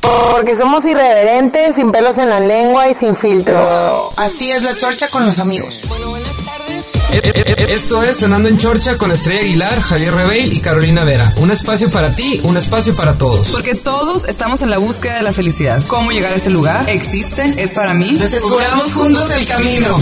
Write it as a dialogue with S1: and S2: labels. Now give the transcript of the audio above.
S1: Porque somos irreverentes, sin pelos en la lengua y sin filtro.
S2: Así es la chorcha con los amigos.
S3: Eh, eh, eh, Esto es Cenando en Chorcha con Estrella Aguilar, Javier Rebeil y Carolina Vera. Un espacio para ti, un espacio para todos.
S4: Porque todos estamos en la búsqueda de la felicidad. ¿Cómo llegar a ese lugar? ¿Existe? ¿Es para mí?
S2: Descubramos juntos el camino.